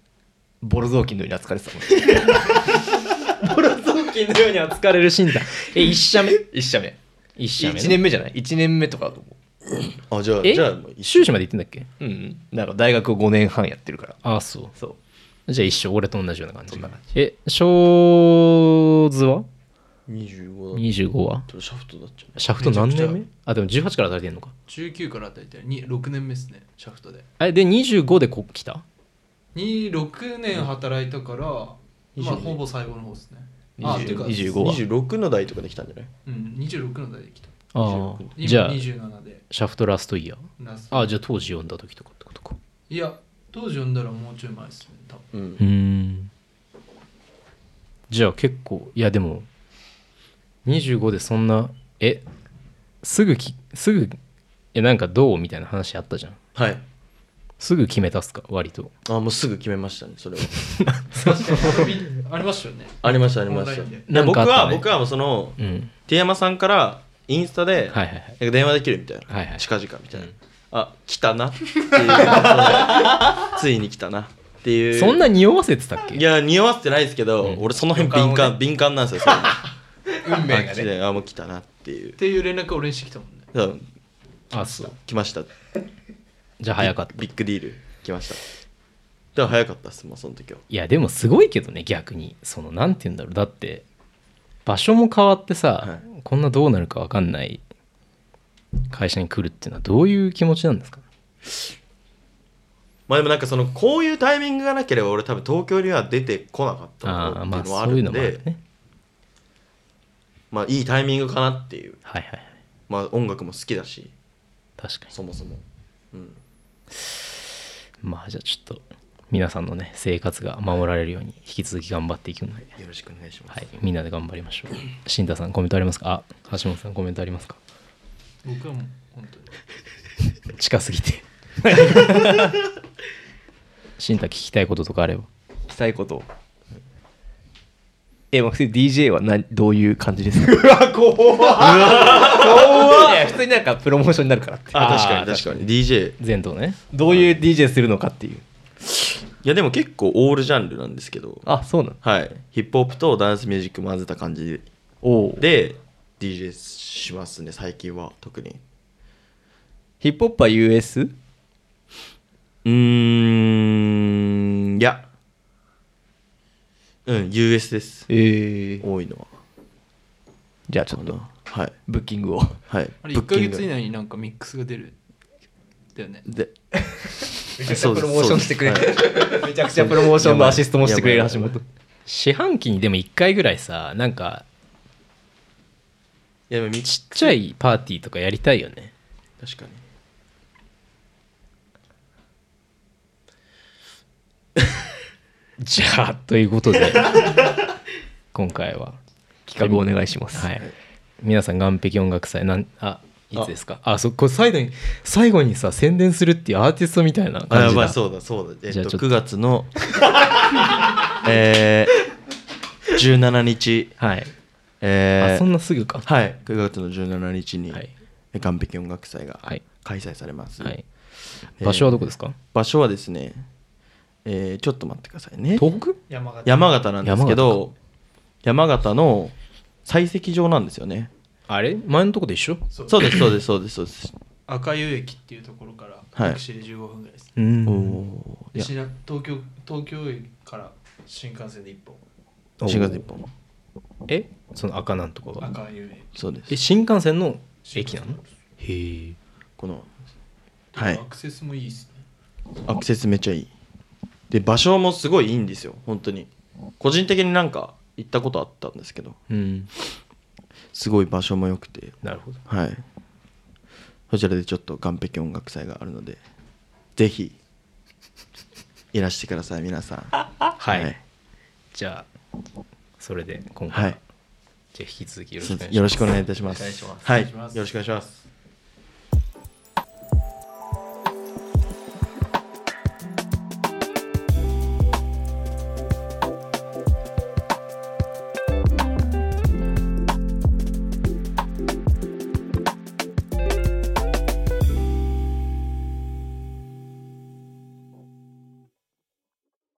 [SPEAKER 4] ボロ雑巾のように扱われてたもん
[SPEAKER 1] 雑 巾のように扱われるシーンだえ 一社目
[SPEAKER 4] 1社目
[SPEAKER 1] 一社目
[SPEAKER 4] 1年目じゃない1年目とかだと思
[SPEAKER 2] あじゃあ
[SPEAKER 1] え
[SPEAKER 2] じゃあもう一緒
[SPEAKER 1] 修士まで行ってんだっけ
[SPEAKER 4] ううんなんか大学を5年半やってるから
[SPEAKER 1] ああそ
[SPEAKER 4] そう
[SPEAKER 1] うじゃあ一緒俺と同じような感じ
[SPEAKER 4] そんな感
[SPEAKER 1] え小図は
[SPEAKER 2] 25だ
[SPEAKER 1] ?25 は
[SPEAKER 2] とシャフトだっちゃうね
[SPEAKER 1] シャフト何年
[SPEAKER 3] めちゃ
[SPEAKER 1] 目あでも18から働いてんのか
[SPEAKER 3] 19から働いてるに6年目ですねシャフトで
[SPEAKER 1] えで25でこ来た
[SPEAKER 3] 26年働いたから、まあほぼ最後の方ですねあ
[SPEAKER 4] 20
[SPEAKER 3] てか
[SPEAKER 4] 25は
[SPEAKER 2] 26の代とかできたんじゃない
[SPEAKER 3] うん26の代で来た
[SPEAKER 1] ああ
[SPEAKER 3] 今
[SPEAKER 1] じゃあ
[SPEAKER 3] 27で
[SPEAKER 1] シャフトラストイヤー
[SPEAKER 3] ラスト
[SPEAKER 1] ああじゃあ当時読んだ時とかってことか
[SPEAKER 3] いや当時読んだらもうちょい前ですね多分
[SPEAKER 2] うん
[SPEAKER 1] うーんじゃあ結構いやでも25でそんなえすぐきすぐえなんかどうみたいな話あったじゃん
[SPEAKER 2] はい
[SPEAKER 1] すぐ決めたっすか割と
[SPEAKER 2] あもうすぐ決めましたねそれは
[SPEAKER 3] 確かにありましたよね
[SPEAKER 2] ありましたありました
[SPEAKER 3] オンラインで
[SPEAKER 2] いや
[SPEAKER 1] なん
[SPEAKER 2] 僕
[SPEAKER 1] かあった
[SPEAKER 2] は
[SPEAKER 1] ね
[SPEAKER 2] 僕はもうその
[SPEAKER 1] うん
[SPEAKER 2] 手山さんからインスタで
[SPEAKER 1] はいはいはい
[SPEAKER 2] なんか電話できるみたいな、
[SPEAKER 1] はいはい
[SPEAKER 2] 近々みたいな、
[SPEAKER 1] うん
[SPEAKER 2] あ来たなっていう そうついに来たなっていう
[SPEAKER 1] そんな匂わせてたっけ
[SPEAKER 2] いや匂わせてないですけど、
[SPEAKER 1] うん
[SPEAKER 2] 俺その辺敏
[SPEAKER 4] 予感
[SPEAKER 2] 感、
[SPEAKER 4] をね
[SPEAKER 2] 敏感なんですよそ れ
[SPEAKER 4] 運命
[SPEAKER 2] あ
[SPEAKER 4] が
[SPEAKER 2] 来
[SPEAKER 4] ね
[SPEAKER 2] てあもう来たなっていう
[SPEAKER 3] っていう連絡を俺にしてきたもんね
[SPEAKER 2] そう
[SPEAKER 1] あそう
[SPEAKER 2] 来ました
[SPEAKER 1] じゃあ早かった
[SPEAKER 2] ビッグディール来ましたでも早かったっすもうその時はい
[SPEAKER 1] やでもすごいけどね逆にそのなんて言うんだろうだって場所も変わってさ、
[SPEAKER 2] は
[SPEAKER 1] こんなどうなるか分かんない会社に来るっていうのはどういう気持ちなんですか
[SPEAKER 2] まあでもなんかそのこういうタイミングがなければ俺多分東京には出てこなかった
[SPEAKER 1] あ
[SPEAKER 2] だ
[SPEAKER 1] あ
[SPEAKER 2] ろ
[SPEAKER 1] ー
[SPEAKER 2] う
[SPEAKER 1] まあ
[SPEAKER 2] っていうのはあ
[SPEAKER 1] そういう
[SPEAKER 2] る
[SPEAKER 1] んのもある
[SPEAKER 2] で
[SPEAKER 1] ね
[SPEAKER 2] まあいいタイミングかなっていう
[SPEAKER 1] はいはいはい
[SPEAKER 2] まあ音楽も好きだし
[SPEAKER 1] 確かに
[SPEAKER 2] そもそもうん
[SPEAKER 1] まあじゃあちょっと皆さんのね生活が守られるように引き続き頑張っていくので、
[SPEAKER 2] よろしくお願いします、
[SPEAKER 1] はい、みんなで頑張りましょう新太さんコメントありますかあ橋本さんコメントありますか
[SPEAKER 3] 僕はもう本当に
[SPEAKER 1] 近すぎ て新太聞きたいこととかあれば
[SPEAKER 4] 聞きたいことえ、マックス DJ は何どう いう感じですか
[SPEAKER 3] うわ怖っ
[SPEAKER 4] いや、普通になんかプロモーションになるからって。
[SPEAKER 2] あ確か
[SPEAKER 1] あー
[SPEAKER 2] に確かに DJ
[SPEAKER 1] 前頭ね
[SPEAKER 4] どういう DJ するのかっていう。
[SPEAKER 2] いやでも結構オールジャンルなんですけど
[SPEAKER 4] あ、そうなの
[SPEAKER 2] はいヒップホップとダンスミュージック混ぜた感じ
[SPEAKER 4] おう
[SPEAKER 2] で DJ しますね最近は特に
[SPEAKER 4] ヒップホップは US?
[SPEAKER 2] うーんいやうん US です
[SPEAKER 4] ええ
[SPEAKER 2] 多いのは
[SPEAKER 4] じゃあちょ
[SPEAKER 2] か
[SPEAKER 4] っと、
[SPEAKER 2] なはい
[SPEAKER 4] ブッキングを。
[SPEAKER 2] はい
[SPEAKER 3] あれ1ヶ月以
[SPEAKER 2] 内
[SPEAKER 3] 内になんかミックスが出るだよね
[SPEAKER 2] で
[SPEAKER 4] め
[SPEAKER 2] そうですそうですはい
[SPEAKER 4] めちゃくちゃプロモーションのアシストもしてくれる橋本。
[SPEAKER 1] 四半期にでも1回ぐらいさなんか
[SPEAKER 2] いやでもみち
[SPEAKER 1] ちっちゃいパーティーとかやりたいよね
[SPEAKER 2] 確かに
[SPEAKER 1] じゃあということで 今回は
[SPEAKER 4] 企画お願いします。
[SPEAKER 1] はい皆さん岸壁音楽祭なんあいつですかあそこれ最後に最後にさ宣伝するっていうアーティストみたいな感じだ
[SPEAKER 2] あやばいそうだそうだえっ
[SPEAKER 1] じゃあちょ
[SPEAKER 2] と
[SPEAKER 1] っと
[SPEAKER 2] 9 月のえー17日
[SPEAKER 1] はい、
[SPEAKER 2] えー
[SPEAKER 1] あそんなすぐか
[SPEAKER 2] はい9月の17日に
[SPEAKER 1] はい
[SPEAKER 2] 岸壁音楽祭が
[SPEAKER 1] はい
[SPEAKER 2] 開催されます、
[SPEAKER 1] はい
[SPEAKER 2] えー
[SPEAKER 1] 場所はどこですか、
[SPEAKER 2] 場所はですね、えーちょっと待ってくださいね
[SPEAKER 1] 東北
[SPEAKER 3] 山形
[SPEAKER 2] 山形なんですけど山形の採石場なんですよね
[SPEAKER 1] あれ前のとこで一緒
[SPEAKER 3] そう
[SPEAKER 2] そうですそうですそうですそうです
[SPEAKER 3] 赤湯駅っていうところから
[SPEAKER 2] はい
[SPEAKER 3] タクシーで15分ぐらいです、
[SPEAKER 1] う
[SPEAKER 2] お
[SPEAKER 1] ん
[SPEAKER 2] お
[SPEAKER 3] でしな東京東京駅から新幹線で1本
[SPEAKER 2] 4月1本
[SPEAKER 1] えその赤なんとかは
[SPEAKER 3] 赤湯駅
[SPEAKER 2] そうで
[SPEAKER 1] え
[SPEAKER 2] す
[SPEAKER 1] 新幹線の駅なのへえ
[SPEAKER 2] このは
[SPEAKER 3] はいいアクセスもいいですね
[SPEAKER 2] アクセスめっちゃいいで場所もすごいいいんですよ本当に個人的になんか行ったことあったんですけど
[SPEAKER 1] うん
[SPEAKER 2] すごい場所も良くて
[SPEAKER 1] なるほど
[SPEAKER 2] はいそちらでちょっと岸壁音楽祭があるのでぜひいらしてください皆さん
[SPEAKER 1] はい、
[SPEAKER 2] はい
[SPEAKER 1] じゃあそれで今回
[SPEAKER 2] は
[SPEAKER 1] は、
[SPEAKER 2] い
[SPEAKER 1] じゃあ引き続きよろしくお願いします
[SPEAKER 2] よろしくお願いいたします
[SPEAKER 3] お願いします
[SPEAKER 2] はい
[SPEAKER 3] お願いします
[SPEAKER 2] よろしくお願いします